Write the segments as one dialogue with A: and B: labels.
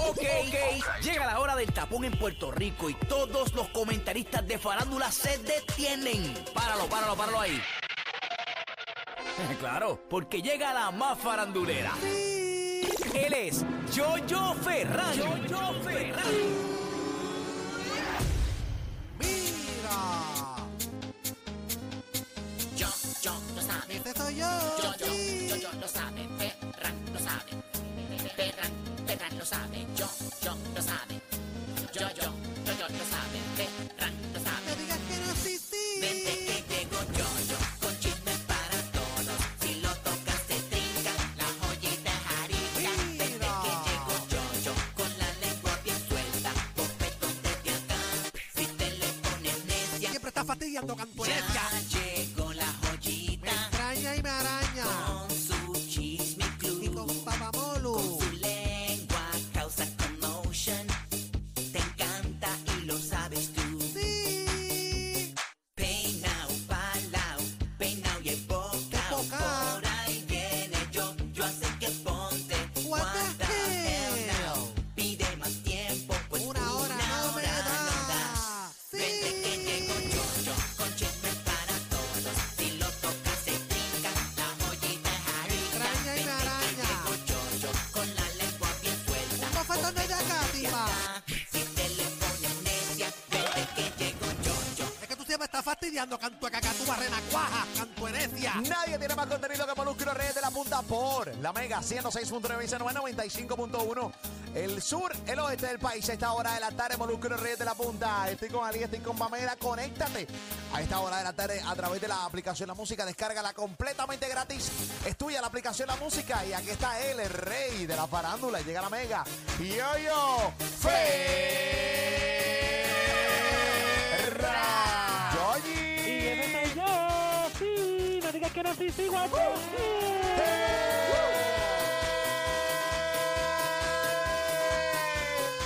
A: Ok, ok. Llega la hora del tapón en Puerto Rico y todos los comentaristas de farándula se detienen. Páralo, páralo, páralo ahí. Claro, porque llega la más farandulera. Él es Jojo Ferran. Jojo Ferran.
B: Mira,
C: Yo, yo, lo sabe.
B: este soy yo.
C: Yo, yo, yo, yo, lo sabe. Ferran, lo sabe. Ferran, Ferran, lo sabe. Yo, yo, lo sabe. Yo, yo, yo, yo, lo sabe. Ferran, lo sabe.
B: Me digas que no sí,
C: Vente
B: sí.
C: que llego yo, yo, con chismes para todos. Si lo tocas te trinca, la joyita es arica. Vente que llego yo, yo, con la lengua bien suelta. Bofetón desde acá, si te le pones necia.
B: Siempre está fastidiando
C: Ya
B: cantuecia.
C: llegó la
B: Me
C: joyita.
B: extraña y me araña.
C: Con su chisme
B: Y
C: club,
B: con papamolu.
C: con su lengua causa commotion. Te encanta y lo sabes tú.
B: Sí.
C: Peinao, palao, peinao y embocao.
B: Embocao.
C: Por ahí viene yo, yo así que ponte.
B: What
C: What
B: the
C: the hell
B: hell?
C: now? Pide más tiempo, pues
B: Una hora no me
C: no da.
B: da.
C: Vente que
B: Sí.
C: llego yo, yo, con chisme para todos. Si lo tocas se trinca, la joyita es arica.
B: Extraña y me araña.
C: Yo, yo, con la lengua bien suelta.
B: Un bofetón de Yacatima.
C: Si te le pones necia, vete que llego yo, yo.
B: Es que tú siempre estás fastidiando cantueca, cacatúa, renacuaja, cantuerecia.
D: Nadie tiene más contenido que Molusco Reyes de la Punta por la Mega 106.9 y 95.1. El sur, el oeste del país, a esta hora de la tarde, Molusco Reyes de la Punta. Estoy con Ali, estoy con Pamela. Conéctate a esta hora de la tarde a través de la aplicación La Música. Descárgala completamente gratis. Es tuya la aplicación La Música. Y aquí está él, el rey de la farándula. Llega la Mega. oh, Yo, yo, Ferra. Yoyi. ¡Eh!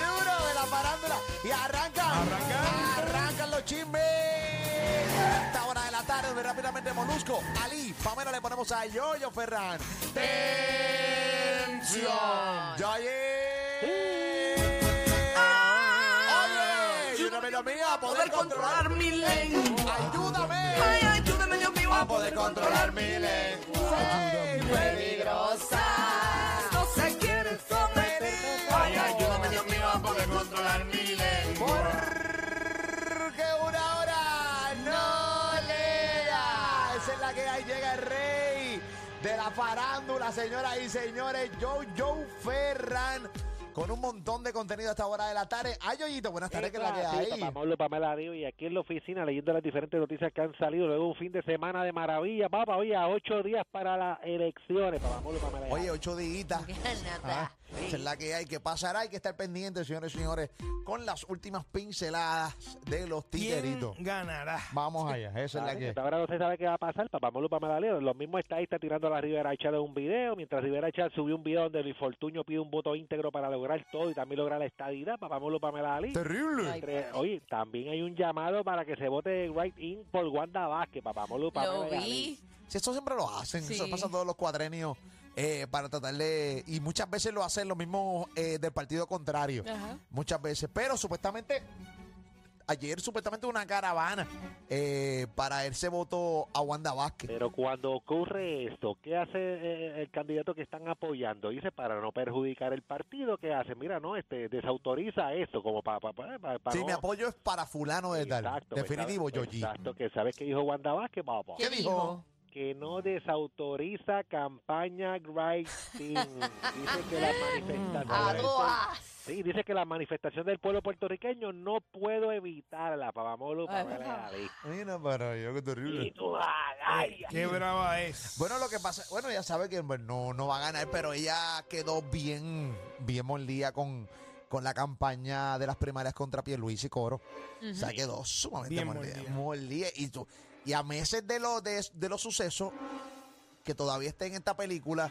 D: Duro de la parándula. Y arrancan. Arrancan. los chismes. A Esta hora de la tarde, donde rápidamente Molusco, Ali, Pamela le ponemos a Yoyo Ferran. Tensión. Ya Oye, y una melodía a poder controlar mi lengua. Ayúdame. ayúdame, Dios mío, a poder controlar mi lengua. peligrosa. No se quieren someter. Ay, ayúdame, Dios mío, a poder controlar mi lengua. Porque una hora no le da. Esa es la que ahí llega el rey de la farándula, señoras y señores, Jojo Ferran. Con un montón de contenido a esta hora de la tarde. Ay, Yoyito, buenas tardes, que es la que
E: Sí,
D: hay.
E: papá Pablo, Pamela Río, y aquí en la oficina leyendo las diferentes noticias que han salido luego un fin de semana de maravilla, papá, hoy a ocho días para las elecciones, papá Pablo, Pamela Río.
D: Oye, ocho días. Ah, Esa es la que hay, que pasará. Hay que estar pendiente, señores y señores, con las últimas pinceladas de los tigueritos.
A: ganará?
D: Vamos allá, esa es la que hay.
E: Hasta ahora no se sabe qué va a pasar, papá Pablo, Pamela Río. Los mismos estadistas tirando a la Rivera Echa de un video, mientras Rivera Echa subió un video donde Luis Fortuño pide un voto íntegro para lograr todo y también lograr la estadidad, papá Pablo, Pamela Río.
D: Terrible.
E: Entre- oye, también hay un llamado para que se vote right in por Wanda Vázquez, papá Pablo, Pamela
F: Lo
E: Río.
F: vi.
D: Si esto siempre lo hacen, eso pasa todos los cuadrenios eh, para tratar de. Y muchas veces lo hacen los mismos eh, del partido contrario. Muchas veces. Pero supuestamente. Ayer supuestamente una caravana eh, para ese voto a Wanda Vázquez.
E: Pero cuando ocurre esto, ¿qué hace eh, el candidato que están apoyando? Dice, para no perjudicar el partido, ¿qué hace? Mira, no, este desautoriza esto, como para... Pa, eh, pa- pa- pa-
D: Si
E: no.
D: mi apoyo es para fulano de tal.
E: Exacto, pues,
D: Definitivo,
E: ¿sabes?
D: Yoyi.
E: Exacto, que sabes que dijo Wanda Vázquez, papá.
D: ¿Qué dijo?
E: que no desautoriza campaña Grinding. Dice que la manifestación. del pueblo- Sí, dice que la manifestación del pueblo puertorriqueño no puedo evitarla, Papamolo, Pamela Lee.
D: Mira para allá, qué terrible.
G: Qué brava es.
D: Bueno, lo que pasa, bueno, ya sabe que pues, no, no va a ganar, pero ella quedó bien, bien molía con, con la campaña de las primarias contra Pierluisi y Coro. O sea, quedó sumamente
G: Bien
D: molida.
G: molida.
D: molida. Y, tú- y a meses de, lo, de, de los sucesos que todavía está en esta película,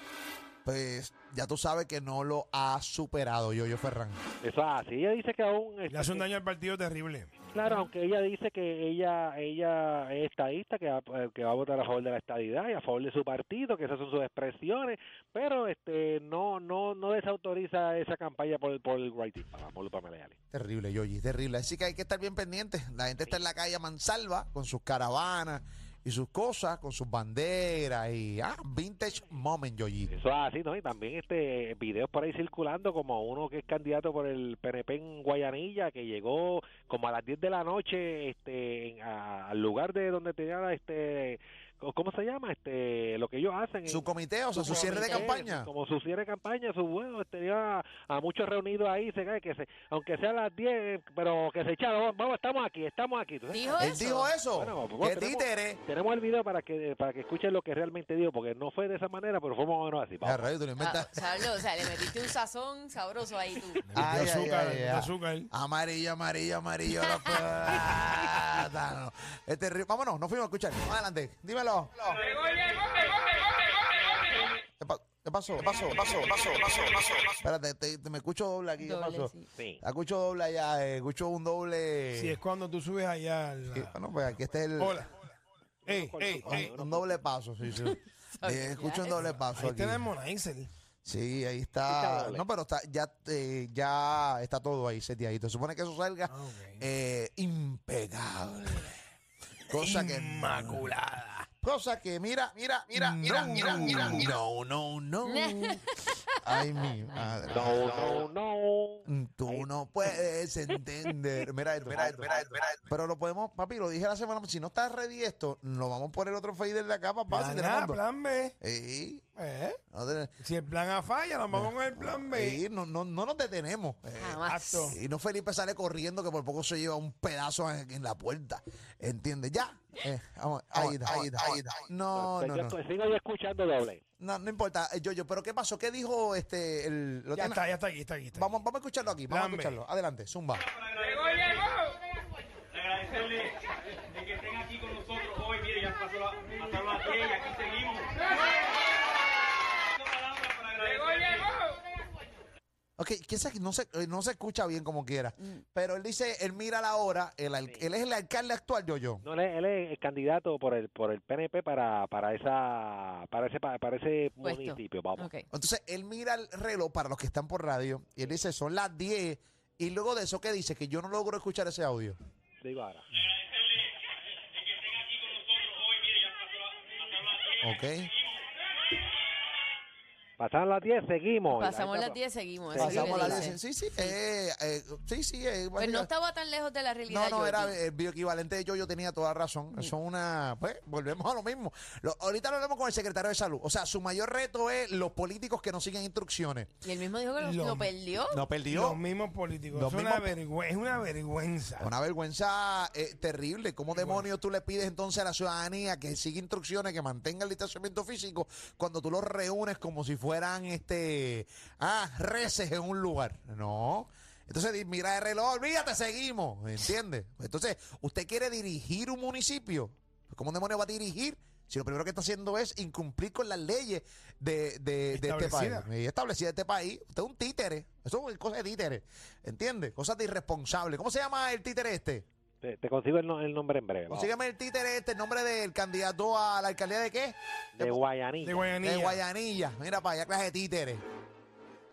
D: pues ya tú sabes que no lo ha superado Yoyo Ferran.
E: Eso es así. Ella dice que aún.
G: Le hace un daño al partido terrible.
E: Claro, aunque ella dice que ella ella es estadista, que va, eh, que va a votar a favor de la estadidad y a favor de su partido, que esas son sus expresiones, pero este no no no desautoriza esa campaña por el por el writing, Papamolo, Pamela Lee.
D: Terrible, Yoyi, terrible. Así que hay que estar bien pendientes. La gente está en la calle a Mansalva con sus caravanas y sus cosas, con sus banderas y ah, vintage moment, Yoyi.
E: Eso es así, ¿no? Y también este videos por ahí circulando, como uno que es candidato por el PNP en Guayanilla, que llegó como a las 10 de la noche este en- a- al lugar de donde tenía este co- ¿cómo se llama? este lo que ellos hacen en-
D: Su comité, o sea, su cierre de
E: comité,
D: campaña.
E: Como su cierre de campaña, su bueno, tenía a muchos reunidos ahí, se cae que se, aunque sea a las 10, pero que se echaron, vamos, estamos aquí, estamos aquí. Entonces,
C: ¿Dijo
D: Él dijo eso.
E: Bueno, pues,
D: ¡Qué
E: tenemos-
D: títere!
E: Tenemos el video para que para que escuchen lo que realmente dijo, porque no fue de esa manera, pero fue más o menos así.
D: Ya,
E: Vamos.
D: rayo, tú lo inventas.
F: Ah,
C: Charlo, o sea, le metiste un sazón sabroso ahí tú.
G: Le metió
D: Ay, ay,
G: azúcar,
D: ay,
G: le metió
D: ay.
G: azúcar.
D: Amarillo, amarillo, amarillo. no puedo. Ah, no. Es terrible. Vámonos, nos fuimos a escuchar. Adelante, dímelo. ¿Qué pa- qué pasó? ¿Qué pasó? ¿Qué pasó? ¿Qué pasó? ¿Qué pasó? ¿Qué pasó? Espérate, te- te- me escucho doble aquí. ¿Qué
C: Doble,
D: pasó?
C: sí.
E: Sí.
D: Escucho doble allá, eh, escucho un doble.
G: Si es cuando tú subes allá. a la-
D: Sí, Bueno, pues aquí está el.
G: Hola. Ey, ey,
D: Un,
G: ey.
D: un doble paso, sí, sí. Eh, escucho un doble paso.
G: Ahí
D: Aquí.
G: tenemos la Isel.
D: Sí, ahí
E: Ahí está
D: está.
E: doble.
D: No, pero está, ya, eh, ya está todo ahí seteadito. Se supone que eso salga eh, impecable. Cosa que.
G: Inmaculada.
D: Cosa que, mira, mira, mira, mira, mira, mira, mira. No, no, no. Ay, mi madre.
E: No, no, no.
D: Tú no puedes entender. Mira esto, mira esto, mira esto, mira esto. Pero lo podemos, papi, lo dije la semana. Si no está ready esto, lo vamos a poner otro fader de acá, papá. Si
G: Plan
D: tenemos
G: A,
D: dos.
G: plan B.
D: Ey,
G: Eh,
D: no, te-
G: Si el plan A falla, nos vamos con el plan B.
D: ey, no, no, no nos detenemos. Eh,
G: Exacto.
D: Y no Felipe sale corriendo que por poco se lleva un pedazo en, en la puerta. ¿Entiendes? Ya. Eh, vamos, ahí está, ahí está, ahí está. No,
E: Pues
D: no,
E: yo
D: no.
E: estoy- sigo yo escuchando doble.
D: No, no importa. Eh, Yo, yo, pero ¿qué pasó? ¿Qué dijo este? El, lo
G: Ya
D: tiene-
G: está, ya está aquí, está aquí. está aquí.
D: Vamos, vamos a escucharlo aquí. Vamos a
G: Dame.
D: escucharlo. Adelante, Zumba.
H: Agradecerle de que estén aquí con nosotros hoy. Mire, ya pasó la, pasaron las tres y aquí seguimos. Una palabra para agradecer.
D: Ok, que se- no, se, eh, no se escucha bien como quiera. Pero él dice, él mira la hora. El, al- Él es el alcalde actual, yo, yo.
E: No, él es, él es el candidato por el por el PNP para para esa para ese para ese
C: Puesto.
E: municipio, vamos.
C: Ok.
D: Entonces, él mira el reloj para los que están por radio. Y él dice, son las 10. Y luego de eso, ¿qué dice? Que yo no logro escuchar ese audio.
E: Digo ahora.
H: Agradecerle de que estén aquí con nosotros hoy. Mire, ya pasó la, pasaron las tres.
D: Ok.
E: Pasaron las 10, seguimos.
C: Pasamos
E: Ahí
C: las
E: está.
C: 10, seguimos. eso es lo que
D: Pasamos la
C: dice.
D: licencia. Sí, sí. eh, eh, sí, sí. eh,
C: Pues no
D: básicamente-
C: estaba tan lejos de la
D: No,
C: realidad.
D: no, era
C: Jordi.
D: el bioequivalente de yo, yo tenía toda razón.
C: Mm.
D: Eso es una. Pues volvemos a lo mismo. Lo- ahorita lo hablamos con el secretario de salud. O sea, su mayor reto es los políticos que no siguen instrucciones.
C: Y él mismo dijo que lo,
G: Lo-
C: lo perdió.
D: No
G: Los
D: perdió.
G: mismos políticos.
D: Los
G: es, una
D: mismos-
G: vergüe- es una vergüenza.
D: Una vergüenza eh, terrible. ¿Cómo demonios tú le pides entonces a la ciudadanía que siga instrucciones, que mantenga el distanciamiento físico, cuando tú los reúnes como si fueran este ah, reces en un lugar? No. Entonces, di- mira el reloj, olvídate, seguimos. ¿Entiendes? Entonces, usted quiere dirigir un municipio. Pues, ¿Cómo demonios va a dirigir? Si lo primero que está haciendo es incumplir con las leyes de, de- de este país.
G: Establecida.
D: Y establecida de este país. Usted es un títere. Eso es cosa de títere. ¿Entiendes? Cosas de irresponsable. ¿Cómo se llama el títere este?
E: Te, te consigo el, no- el nombre en breve. vamos.
D: Consígueme el títere este, el nombre del candidato a la alcaldía de qué?
E: De Guayaní.
G: De Guayanilla.
D: De Guayanilla. Mira para allá, clase de títere.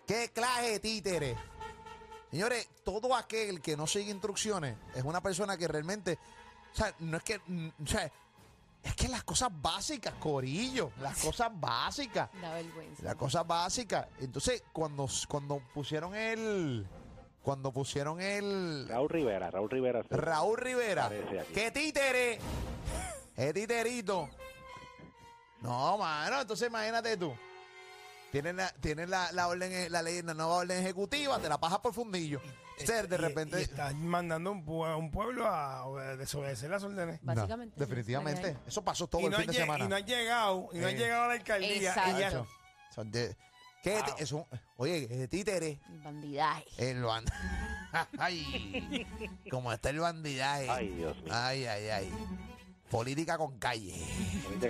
D: ¿Qué clase de títere? Señores, todo aquel que no sigue instrucciones es una persona que realmente, o sea, no es que, mm, o sea, es que las cosas básicas, corillo, las cosas básicas.
C: Da vergüenza.
D: La cosa básica. Entonces, cuando, cuando pusieron el. Cuando pusieron el.
E: Raúl Rivera, Raúl Rivera. sí.
D: Raúl Rivera.
E: Parece aquí.
D: ¡Qué títere! ¡Qué titerito! No, mano, entonces imagínate tú. Tienes la, tienes la, la orden, eh, la ley, la nueva orden ejecutiva, te la pajas por fundillo. Ser de
G: Y- y
D: repente.
G: estás mandando a un, pue- a un pueblo a obede- desobedecer las órdenes.
D: No, definitivamente. Eso pasó todo
G: y
D: el
G: no
D: fin de
G: lle-
D: semana.
G: y no han llegado, y no han
D: Eh.
G: llegado a la alcaldía. Y ya,
D: Exacto. Son de- ¿Qué te- es un- oye, es títere.
I: Bandidaje.
D: El band- ay, como está el bandidaje. Ay, Dios mío. Ay, ay, ay. Política con calle.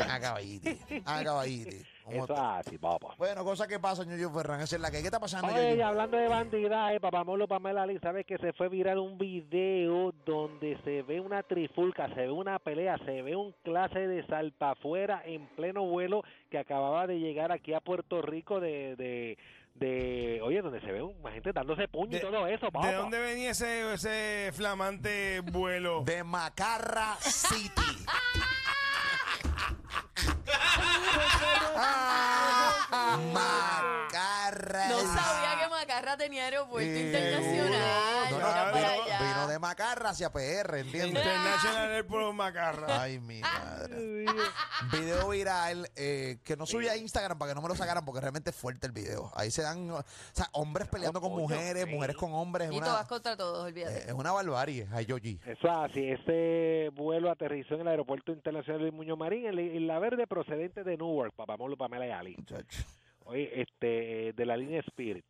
D: A caballito. A caballito. ¿Cómo
E: Eso ah, es
D: está?
E: así, papá.
D: Bueno, cosa que pasa, Ñoño Ferran. Esa es la que. ¿Qué está pasando,
E: Oye, y
D: Ñoño?
E: hablando de bandidaje, papá Molo, Pamela Lee, ¿sabes que se fue viral un video donde se ve una trifulca, se ve una pelea, se ve un clase de salpafuera en pleno vuelo que acababa de llegar aquí a Puerto Rico de... de de- oye, donde se ve una gente dándose puño y todo eso, papá.
G: ¿De dónde venía ese, ese flamante vuelo?
D: De Macarra City. Macarra.
F: No sabía que Macarra tenía aeropuerto
D: Eh, no,
F: internacional.
D: no,
F: Mira para
D: vino,
F: allá.
D: vino de Macarra hacia PR, ¿entiendes?
G: International Airport Macarra.
D: Ay, mi madre. Video viral eh, que no subí a Instagram para que no me lo sacaran porque realmente es fuerte el video. Ahí se dan o sea, hombres peleando con mujeres, mujeres con hombres. Es
F: Y todas
D: una, eh,
F: contra todos, olvídate.
D: es una barbarie. Ay, yo, G.
E: Eso es así, ese vuelo aterrizó en el Aeropuerto Internacional de Muñoz Marín, en la- en la verde procedente de Newark, papá Molo, Pamela y Ali. Oye, este, de la línea Spirit.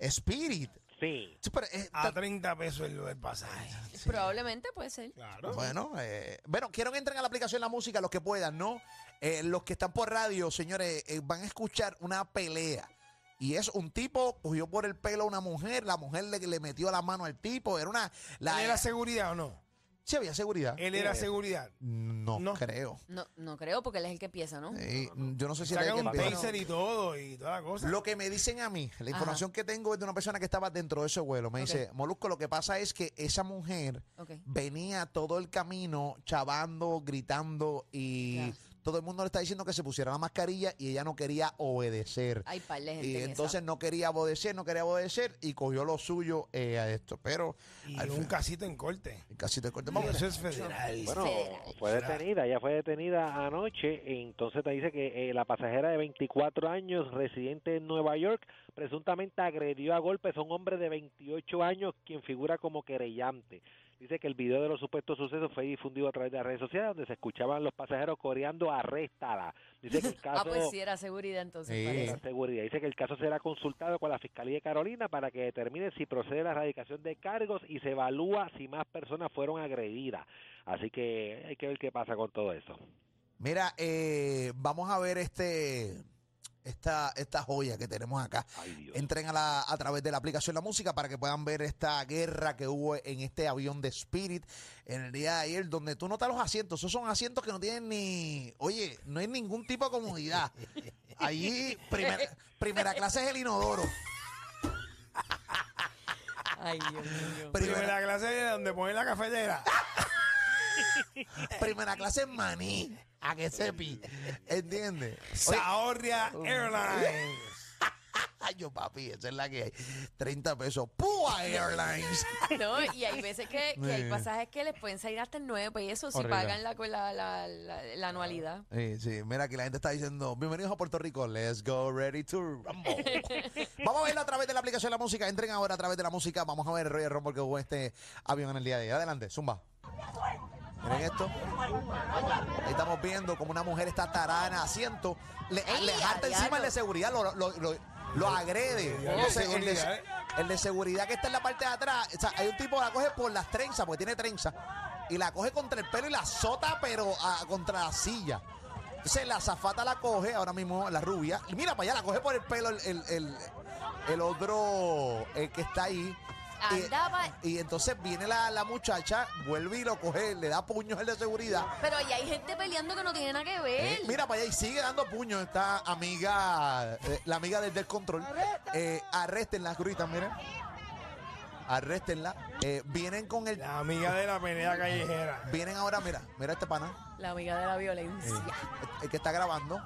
D: Spirit.
E: Sí.
D: Sí, pero, eh,
G: A 30 pesos el, el pasaje.
F: Probablemente puede ser.
D: Bueno, eh, bueno, quiero que entren a la aplicación la música los que puedan, ¿no? Eh, los que están por radio, señores, eh, van a escuchar una pelea. Y es un tipo, cogió por el pelo a una mujer, la mujer le, le metió la mano al tipo, era una... La, eh,
G: ¿Él era seguridad o no?
D: sí, había seguridad.
G: Él era seguridad.
D: No,
G: No.
D: creo.
F: No, no creo, porque él es el que empieza, ¿no?
D: Eh, Yo no sé si era
G: Saca
D: el que
G: un
D: empezó.
G: taser y todo y toda la cosa.
D: Lo que me dicen a mí, la información que tengo es de una persona que estaba dentro de ese vuelo. Me
F: Ok.
D: dice, Molusco, lo que pasa es que esa mujer
F: Ok.
D: venía todo el camino chavando, gritando y
F: Ya.
D: todo el mundo le está diciendo que se pusiera la mascarilla y ella no quería obedecer.
F: Hay par de gente
D: Y
F: en
D: entonces
F: esa.
D: no quería obedecer, no quería obedecer y cogió lo suyo eh, a esto. Pero
G: Y
D: al
G: un
D: fin-
G: casito en corte.
D: casi te corté.
G: Y
D: Vamos a
G: eso
D: ver.
G: es federal.
E: Bueno, fue detenida, ya fue detenida anoche. e Entonces te dice que eh, la pasajera de 24 años, residente en Nueva York, presuntamente agredió a golpes a un hombre de 28 años, quien figura como querellante. Dice que el video de los supuestos sucesos fue difundido a través de las redes sociales, donde se escuchaban los pasajeros coreando arréstala. Dice que el caso
F: Ah, pues sí, era seguridad entonces.
D: Sí.
F: parece.
E: la seguridad. Dice que el caso será consultado con la Fiscalía de Carolina para que determine si procede la erradicación de cargos y se evalúa si más personas fueron agredidas. Así que hay que ver qué pasa con todo eso.
D: Mira, eh, vamos a ver este esta, esta joya que tenemos acá. Entren a, la- a través de la aplicación La Música para que puedan ver esta guerra que hubo en este avión de Spirit en el día de ayer, donde tú notas los asientos. Esos son asientos que no tienen ni. Oye, no hay ningún tipo de comodidad. Allí, primera, primera clase es el inodoro.
F: Ay, Dios mío.
G: Primera clase era donde ponen la cafetera.
D: Primera clase es maní. A que sepi. ¿Entiendes? Oye,
G: Saorria
E: Oh.
G: Airlines.
D: Ay, yo, papi, esa es la que hay. 30 pesos. Púa Airlines.
F: No, y hay veces que, que hay
D: Sí.
F: pasajes que les pueden salir hasta el 9 pesos si
D: Horrible.
F: pagan la, la, la, la, la anualidad.
D: Sí, sí, mira que la gente está diciendo, bienvenidos a Puerto Rico, let's go, ready to rumble. vamos a verlo a través de la aplicación de la música, entren ahora a través de la música, vamos a ver el Royal Rumble que hubo en este avión en el día de ayer. Adelante, zumba. Miren esto. Ahí estamos viendo como una mujer está tarana, asiento, le,
F: Ey,
D: le jalta encima
F: a
D: el
F: diablo.
D: de seguridad, lo, lo- lo- lo agrede.
G: El de
D: No sé, el, de,
G: seguridad, ¿eh?
D: el de seguridad que está en la parte de atrás, o sea, hay un tipo que la coge por las trenzas, porque tiene trenza, y la coge contra el pelo y la azota, pero ah, contra la silla. Entonces la zafata la coge, ahora mismo la rubia, y mira para allá, la coge por el pelo el, el- el- el otro el que está ahí. Y-
F: Andaba-
D: Y, entonces viene la, la muchacha, vuelve y lo coge, le da puños al de seguridad.
F: Pero ahí hay gente peleando que no tiene nada que ver.
D: Eh, Mira para allá y sigue dando puños esta amiga, eh, la amiga del descontrol. Eh, arréstenla, grita, miren. Arréstenla. Eh, vienen con el.
G: La amiga de la pelea callejera.
D: Vienen ahora, mira, mira este pana,
F: La amiga de la violencia.
D: el que está grabando.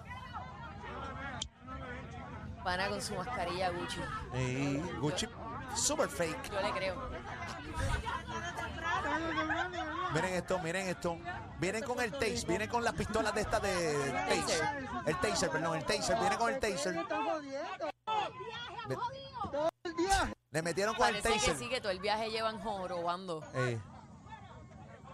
F: Pana con su mascarilla Gucci.
D: Eh, Gucci, super fake.
F: Yo le creo.
D: Miren esto, miren esto. Vienen con el taser, vienen con las pistolas de estas de de taser. El taser, perdón, el taser, viene con el taser. Le metieron con el
F: Parece que
D: taser.
F: sí, que todo el viaje llevan jorobando.
D: Eh.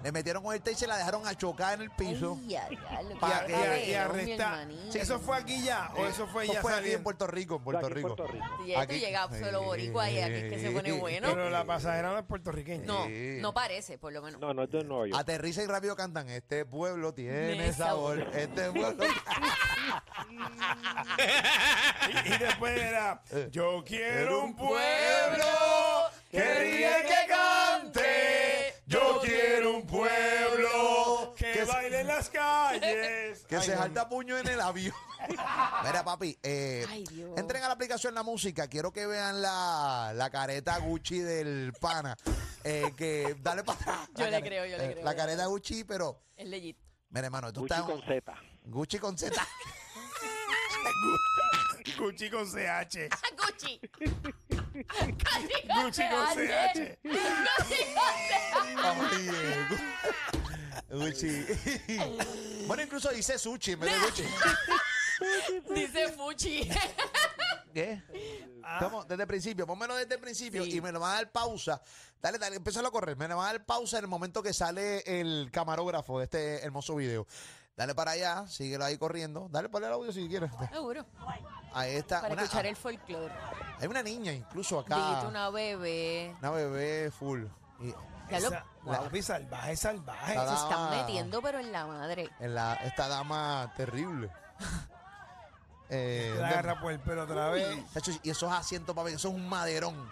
D: Le metieron con el taser, la dejaron a chocar en el piso.
F: Ay, ya, ya, lo que
D: Pa-
F: yo
D: y a- y
F: veo, mi
G: arrestar.
F: hermanito.
G: eh, Sí, ¿Eso fue aquí ya o Oh, eso fue
D: Esto
G: ya
D: fue aquí en
G: saliendo?
D: Puerto Rico, en Puerto
E: Aquí en
D: Rico.
E: Puerto Rico.
F: Y esto llega solo boricua y aquí es que se pone bueno.
G: Pero la pasajera no es puertorriqueña.
F: No, no parece, por lo menos.
E: No, no es
D: Ah,
E: de Nueva York.
D: Aterriza y rápido cantan. Este pueblo tiene
F: Tiene
D: sabor.
F: sabor".
D: Este pueblo.
G: Y, y después era, yo quiero un pueblo que ríe, que cante. Yo quiero un pueblo que
D: Que se-
G: baile en las calles.
D: Que
G: Ay,
D: se
G: no.
D: salta puño en el avión. Mira, papi, eh,
F: Ay, Dios.
D: entren a la aplicación La Música. Quiero que vean la, la careta Gucci del pana. Eh, que dale para atrás.
F: Yo
D: La
F: le
D: care-
F: creo, yo le
D: eh,
F: creo.
D: La careta Gucci, pero.
F: Es legit.
D: Mira, hermano, tú
E: Gucci
D: estás.
E: con Z.
D: Gucci con Z.
G: Gucci con CH.
F: ¡Ah, Gucci! ¡Gucci con
G: Gucci con CH.
F: ¡Gucci con CH!
D: Ay, eh, Gu- Gucci. bueno, incluso dice sushi en vez de Gucci.
F: Dice Fuchi.
D: ¿Qué?
F: Ah.
D: Estamos desde el principio, pónmelo desde el principio y me lo va a dar pausa. Dale, dale, empezalo a correr. Me lo va a dar pausa en el momento que sale el camarógrafo de este hermoso video. Dale para allá, síguelo ahí corriendo. Dale para el audio si quieres.
F: Seguro.
D: Ahí está. Ah,
F: Para
D: una- ah,
F: escuchar el folclore.
D: Hay una niña incluso acá. Una...
F: Dito una bebé.
D: bebé full. Y
F: Ya lo,
G: Esa- Papi, salvaje, salvaje.
D: Nada.
F: se están
D: Ah.
F: metiendo, pero en la madre.
D: en la, esta dama terrible. Eh,
G: La agarra por el pelo otra vez.
D: Tacho, y esos asientos, papi, eso es un maderón.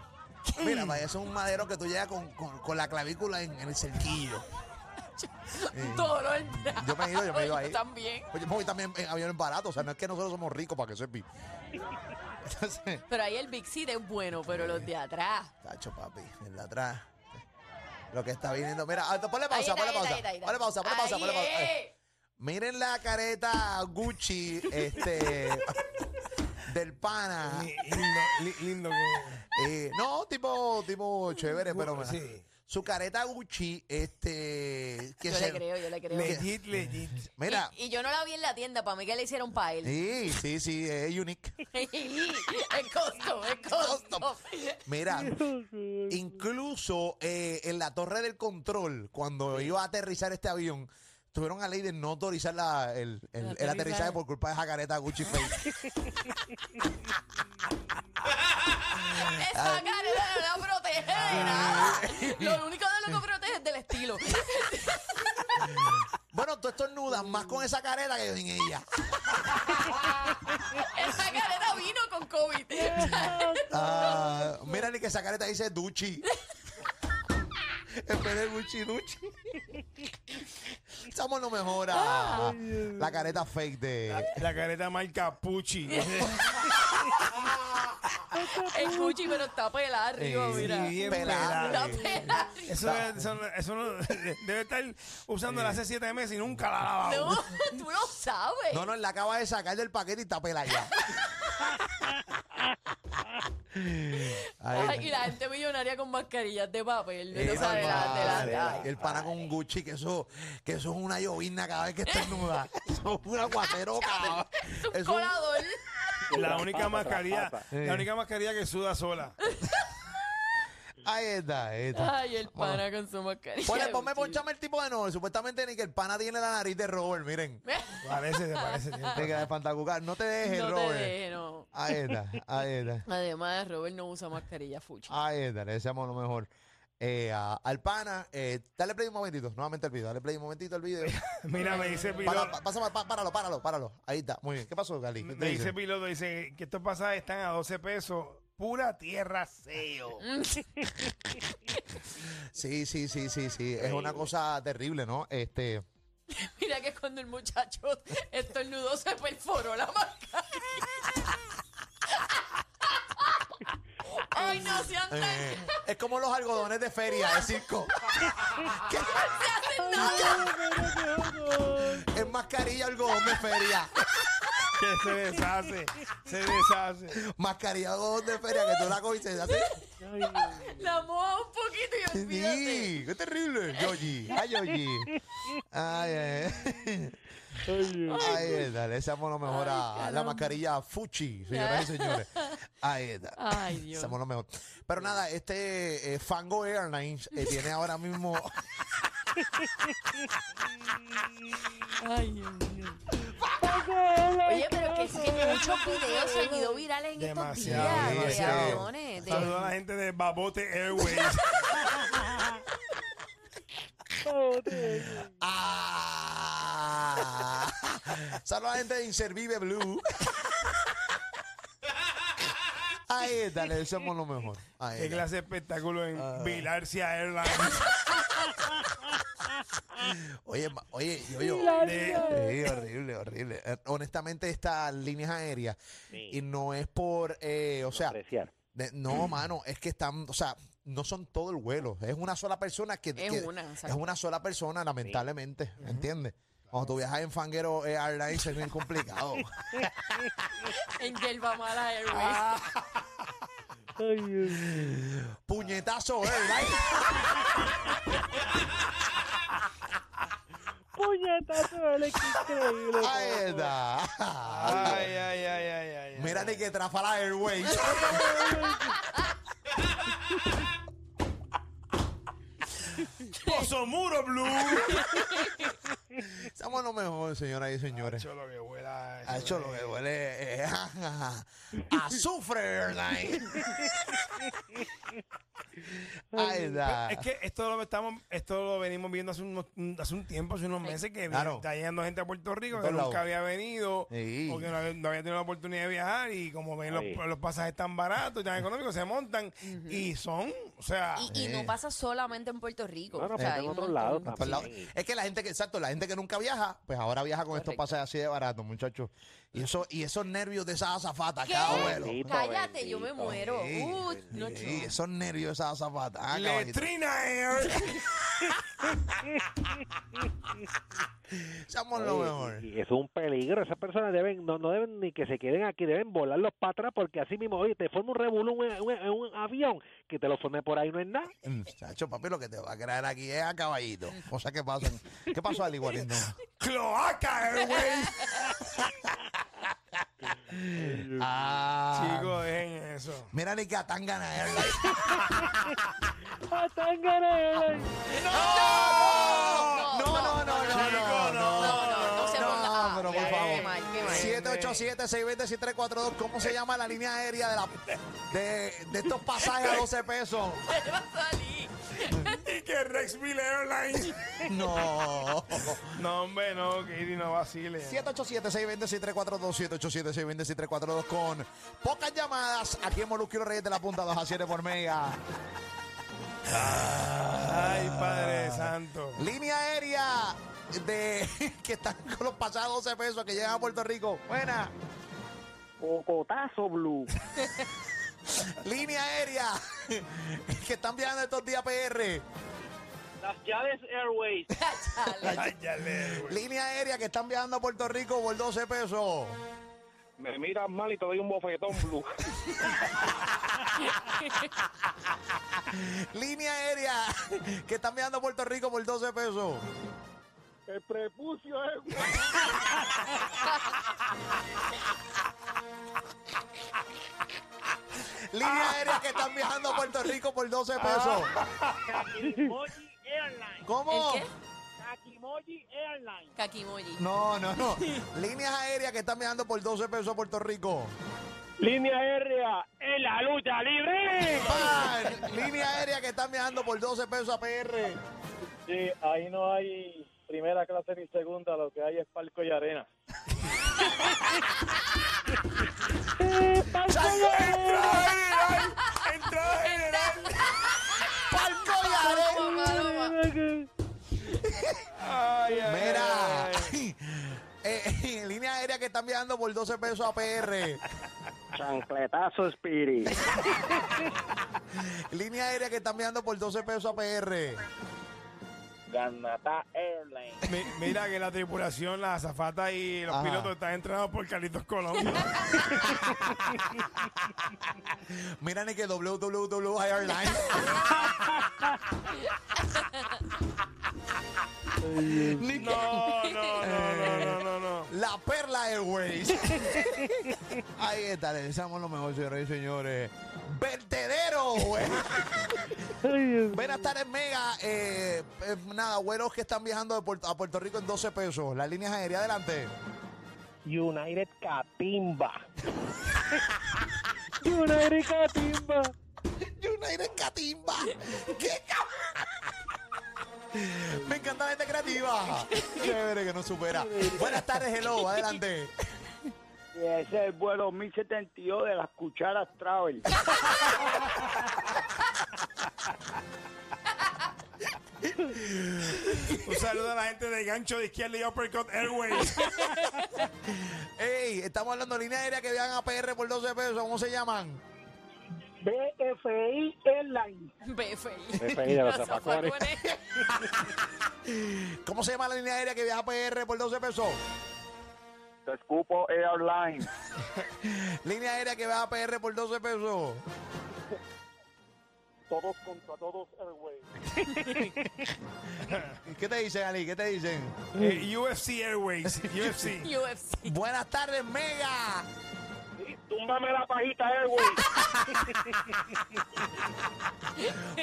D: Mira, papi, eso es un maderón que tú llegas con, con- con la clavícula en, en el cerquillo. Eh,
F: Todo el brazo.
D: Yo me he ido, yo me he ido ahí.
F: también.
D: Oye, porque también en aviones baratos, o sea, no es que nosotros somos ricos para que sepi. Entonces,
F: Pero ahí el Big Seat es bueno, pero los de atrás.
D: tacho, papi, en la atrás. Lo que está viniendo. Mira, ah, ponle
F: Ahí
D: pausa,
F: está,
D: ponle
F: ahí está,
D: pausa.
F: ahí está, ahí está.
D: Ponle pausa, ponle pausa,
F: Ahí
D: ponle pausa.
F: es.
D: Ay, Miren la careta Gucci, este. del pana.
G: Li- Lindo, li- lindo que.
D: Eh, no, tipo, tipo chévere, pero
G: sí.
D: su careta Gucci, este, que
F: Yo
D: se,
F: le creo, yo le creo.
G: Legit, legit.
D: mira,
F: Y, y yo no la vi en la tienda, para mí que le hicieron para él.
D: sí, sí, sí, es unique.
F: es costo, es costo.
D: Mira, incluso eh, en la torre del control, cuando iba a aterrizar este avión, tuvieron a ley de no autorizar la- el, el- el
F: aterrizaje.
D: aterrizaje por culpa de esa careta Gucci fake.
F: Esa cara no la protege de nada. Lo único de lo que protege es del estilo.
D: bueno, tú estornudas más con esa careta que en ella.
F: Esa careta vino con COVID.
D: Ah, mira, ni que esa careta dice Duchi. en vez de Gucci, Duchi. Estamos lo mejor
F: Ah.
D: a la careta fake de.
G: La careta marca Pucci.
F: Es Gucci, pero está
D: Eh,
F: pelada arriba,
G: Sí,
F: mira.
G: bien
D: Pelada.
F: Está
G: pelada.
F: pelada arriba.
G: Eso, eso no- eso no- debe estar usando la C7 meses y nunca la ha lavado.
F: No, tú lo sabes.
D: No, no, la acaba de sacar del paquete y está pela ya. Ahí
F: Ay,
D: está.
F: y la gente millonaria con mascarillas de papel. No
D: Eh,
F: sabes, la, de la-
D: madre,
F: ay,
D: el pana con Gucci, que eso, que eso es una llovina cada vez que estornuda. Eso es un aguacero, cabrón.
F: es un
D: Es un-
F: colador.
G: La única mascarilla,
E: traspasa.
G: la única mascarilla que suda sola.
D: Ahí está, ahí está.
F: Ay, el pana con su mascarilla.
D: Ponle,
F: de
D: ponme,
F: Gucci.
D: ponchame el tipo de nombre. Supuestamente ni que el pana tiene la nariz de Robert, miren.
G: Parece, se parece. tiene
D: Te queda de
G: razón.
D: fantacucar. Ah. No te dejes,
F: No te
D: Robert.
F: dejes, no.
D: Ahí está, ahí está.
F: Además, Robert no usa mascarilla fuchi.
D: Ahí está, le deseamos lo mejor. Eh, a- al pana, eh, dale play un momentito, nuevamente el video, dale play un momentito al video.
G: Mira, me dice piloto,
D: Para- pa- pásame, pa- páralo, páralo, páralo. Ahí está, muy bien. ¿Qué pasó, Cali? ¿Qué te
G: me dice
D: dice?
G: piloto, dice que estos pasajes están a 12 pesos. Pura tierra seo.
D: Sí, sí, sí, sí, sí. Es una cosa terrible, ¿no? Este,
F: Mira que cuando el muchacho estornudó se perforó la mascarilla. Ay, no sean tan...
D: eh, es como los algodones de feria, de circo.
F: hacen nada.
D: Es mascarilla algodón de feria.
G: que se deshace, se deshace.
D: Mascarilla de feria que tú la coges y se hace.
F: La moja un poquito y olvídate.
D: Sí, ¡Qué terrible! Yoji. ¡Ay, Yoji! ¡Ay, ay! ay. Ahí está, le echamos lo mejor a- a la mascarilla Fuchi, señoras y señores. Ahí está.
F: Ay, Dios.
D: Somos lo mejor. Pero nada, este eh, Fango Airlines eh, tiene ahora mismo.
F: Ay, Dios mío. Oye, pero que es que muchos videos se han ido virales en
G: Demasiado,
F: estos días.
G: demasiado.
F: De aviones. de-
G: Saludos a la gente de Babote Airways.
D: ¡Ah! Saludos a la gente de Inservive Blue. Ahí está, le deseamos lo mejor. Ahí
G: Qué
D: está.
G: clase de espectáculo en Vilarcia Airlines.
D: Oye, ma- oye, yo, yo. Sí, horrible, horrible. Eh, Honestamente, estas líneas aéreas, y no es por, eh, o sea,
E: Apreciar.
D: de- no, mano, es que están, o sea, no son todo el vuelo, es una sola persona que,
F: Es
D: que-
F: una,
D: es
F: exacto.
D: una sola persona, lamentablemente, ¿me ¿entiendes? Cuando tú viajas en Fanguero eh, Airlines es bien complicado.
F: En Yerba Mala Airways.
D: Puñetazo Airlines.
E: Puñetazo, Alex, increíble.
D: Ahí está.
G: Ay, ay, ay, ay, ay. ay.
D: Mira ni que Trafala Airways.
G: Pozo Muro Blue.
D: Estamos lo mejor, señoras y señores.
G: Cholo que huela.
D: Ha hecho Ah, lo que huele eh, a azufre, ¿verdad? Ahí está.
G: pues, Es que esto lo estamos, esto lo venimos viendo hace, unos- hace un tiempo, hace unos meses que
D: Claro.
G: está llegando gente a Puerto Rico
D: De
G: que
D: todos lados.
G: nunca había venido
D: Sí.
G: porque no había, no había tenido la oportunidad de viajar y como ven los,
E: Ahí.
G: los pasajes tan baratos, tan económicos, se montan y son, o sea,
F: Y, y
D: Eh.
F: no pasa solamente en Puerto Rico.
E: No, no,
F: o sea,
E: pasa
F: hay
E: en
F: un
E: otros
F: montón.
E: lados
D: Por lado-
E: también.
D: Es que Ah, pues, la gente que, exacto, la gente que nunca viaja, pues ahora viaja con estos
F: Correcto.
D: pases así de barato, muchachos. Y eso, y esos nervios de esas azafatas,
F: ¿Qué?
D: cada vuelo.
E: Sí,
F: Cállate,
E: Bendito,
F: yo me muero.
D: Sí,
F: Uh, no,
D: sí,
F: no.
D: esos nervios de esas azafatas. Ah, caballito.
G: Letrina Air.
D: Somos lo
E: Oye,
D: mejor.
E: y- y eso es un peligro. Esas personas deben, no, no deben ni que se queden aquí, deben volarlos para atrás porque así mismo, oye, te forma un revolú en un, en un avión que te lo forme por ahí, no es nada.
D: Mm, Chacho, papi, lo que te va a crear aquí es a caballito. Cosas que pasan. ¿Qué pasó al igualito?
G: Cloaca Airways.
D: Ah,
G: Chicos, dejen eso.
D: Mira ni que eh. a Tangana Airlines. No, no, no, no, no,
G: Chico, no,
F: no, no se ponga- ah,
D: pero por
F: qué
D: favor.
F: mal, qué mal.
D: 787-620-6342. ¿Cómo se llama la línea aérea de, la, de, de estos pasajes a 12 pesos?
F: Va a salir.
G: Y que Rexville Airlines.
D: No.
G: No, hombre, no, Katie, no vacile.
D: 787-620-6342. 787-620-6342. Con pocas llamadas. Aquí en Molusquio Reyes de la Punta 2 a 7 por mega.
G: Ay, Padre Santo.
D: Línea aérea de que están con los pasajes a 12 pesos que llegan a Puerto Rico. Buena.
E: Cocotazo Blue.
D: Línea aérea que están viajando estos días PR.
E: Las llaves Airways.
F: Chale.
G: Ay, ya le-
D: Línea aérea que están viajando a Puerto Rico por 12 pesos.
E: Me miras mal y te doy un bofetón Blue.
D: Línea aérea que están viajando a Puerto Rico por 12 pesos.
E: El prepucio es...
D: Línea aérea que están viajando a Puerto Rico por 12 pesos.
E: Kakimoji Ah. Airlines.
D: ¿Cómo?
F: ¿El qué?
E: Kakimoji Airlines.
F: Kakimoji.
D: No, no, no. Líneas aéreas que están viajando por 12 pesos a Puerto Rico.
E: Línea aérea en la lucha libre.
D: Pan. Línea aérea que están viajando por 12 pesos a PR.
E: Sí, ahí no hay primera clase ni segunda, lo que hay es palco y arena.
G: Entrada general.
D: Palco y arena.
G: Ay, ay,
D: Mira.
G: ay, ay.
D: Eh, línea aérea que están viajando por 12 pesos a PR.
E: Chancletazo Spirit.
D: Línea aérea que están viajando por 12 pesos a PR.
H: Ganata Airlines.
G: Mi- mira que la tripulación, la azafata y los
D: Ajá.
G: pilotos están entrenados por Carlitos Colón.
D: Mira ni que www Airlines. Ni que- Eh.
G: No, no, no, no, no, no, no.
D: La Perla Airways. Ahí está, le deseamos lo mejor, señores y señores. ¡Vertedero, güey! Buenas tardes, Mega. Eh, eh, nada, vuelos que están viajando de Puerto- a Puerto Rico en 12 pesos. Las líneas aéreas adelante.
E: United Catimba. United Catimba.
D: United Catimba. ¡Qué cabrón! Me encanta la gente creativa. Chévere que nos supera. Buenas tardes, hello. Adelante.
H: Y ese es el vuelo 1072 de las cucharas Travel.
G: Un saludo a la gente de Gancho de Izquierda y Uppercut Airways.
D: Ey, estamos hablando de líneas aéreas que viajan a PR por 12 pesos. ¿Cómo se llaman?
B: BFI Airlines.
F: BFI.
J: BFI de los zafacones.
D: ¿Cómo se llama la línea aérea que viaja a PR por 12 pesos?
H: Te escupo Airlines.
D: Línea aérea que viaja a PR por 12 pesos.
H: Todos contra todos Airways.
D: ¿Qué te dicen, Ali? ¿Qué te dicen?
G: Eh, UFC Airways. UFC.
F: UFC.
D: Buenas tardes, Mega.
H: Túmbame la pajita Airways.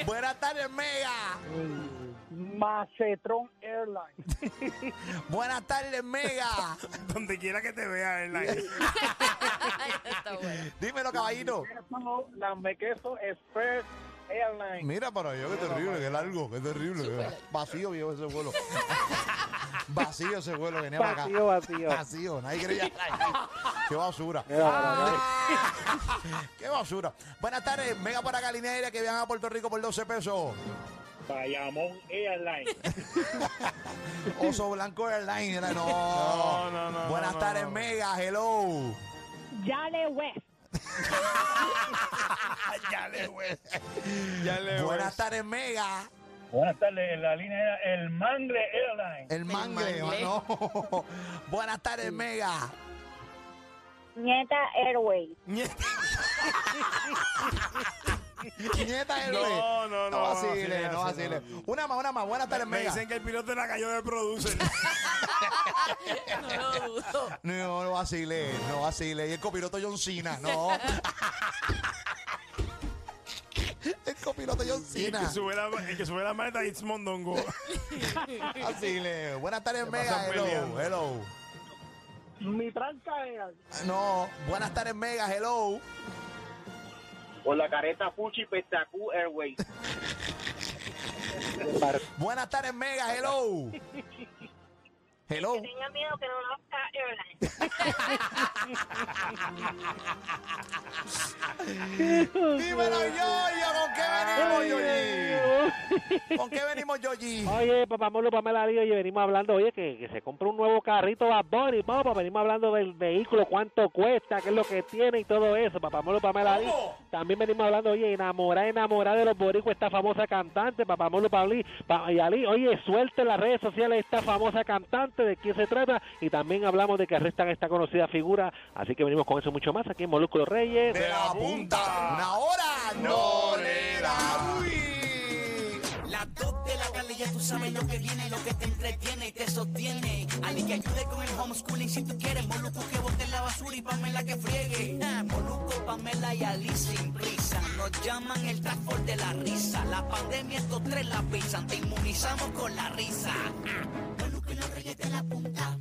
D: Buenas tardes, Mega.
B: Macetron Airlines.
D: Buenas tardes, Mega.
G: Donde quiera que te vea Airlines.
F: Está bueno.
D: Dímelo, caballito.
H: Las me queso Express Airlines.
D: Mira para allá, qué terrible, qué largo, qué terrible. qué- Vacío viejo ese vuelo. Vacío ese vuelo, venía para acá.
E: Vacío, vacío.
D: Vacío, nadie quería. Qué basura.
H: Ah.
D: Qué basura. Buenas tardes, venga para acá, línea aérea que viajan a Puerto Rico por 12 pesos.
H: Bayamón Airlines.
D: Oso Blanco Airlines. era- No.
G: No, no, no,
D: Buenas
G: no,
D: tardes,
G: no.
D: Mega, hello.
B: Yale West.
G: ya le güey. Ya le
D: Buenas
G: güey.
D: tardes, Mega.
H: Buenas tardes, la línea era el Mangle Airlines.
D: El mangle,
F: mangle.
D: no. Buenas tardes, Mega.
B: Nieta Airways.
D: Nieta del
G: No,
D: Rey.
G: no, no,
D: No
G: no
D: vacile,
G: vacile,
D: no
G: no
D: vacile.
G: vacile.
D: Una más, una más. Buenas tardes,
G: Me
D: Mega.
G: dicen que el piloto de la cayó de producer.
F: No lo dudo.
D: No, no vacile, no vacile. Y el copiloto John Cena, no. el copiloto John
G: Y el,
D: Cena.
G: que sube la, el que sube la maleta es Mondongo.
D: Vacile. Buenas tardes,
G: Se
D: Mega.
G: pasan
D: Hello,
G: peleando.
D: hello.
B: Mi tranca era
D: Ah, No, buenas tardes, Mega. Hello.
H: Por la careta Fuchi Pestacú Airways.
D: Buenas tardes, Mega. Hello. Hello.
B: Tenga miedo que no lo haga Airlines.
D: Dímelo, Yoyo. ¿Con qué venimos, Yoyi? ¿Con qué venimos, Yoyi?
E: Oye, papá Molo, Pamela Díaz, oye, venimos hablando, oye, que, que se compra un nuevo carrito Bad Bunny, papá, pues venimos hablando del vehículo, cuánto cuesta, qué es lo que tiene y todo eso, papá Molo, Pamela Díaz. También venimos hablando, oye, enamorada, enamorada de los boricuas, esta famosa cantante, papá Molo, Pablí, pa- y Ali, oye, suelta en las redes sociales esta famosa cantante, de quién se trata, y también hablamos de que arrestan a esta conocida figura, así que venimos con eso y mucho más aquí en Molúsculo Reyes.
D: de la punta. Una hora no le da.
A: Las dos de la calle ya tú sabes lo que viene, lo que te entretiene y te sostiene. Alguien que ayude con el homeschooling si tú quieres. Moluco que bote la basura y Pamela que friegue. Ah, Moluco, Pamela y Ali sin prisa. Nos llaman el transport de la risa. La pandemia estos tres la pisan. Te inmunizamos con la risa. Ah, Moluco y los reyes de la punta.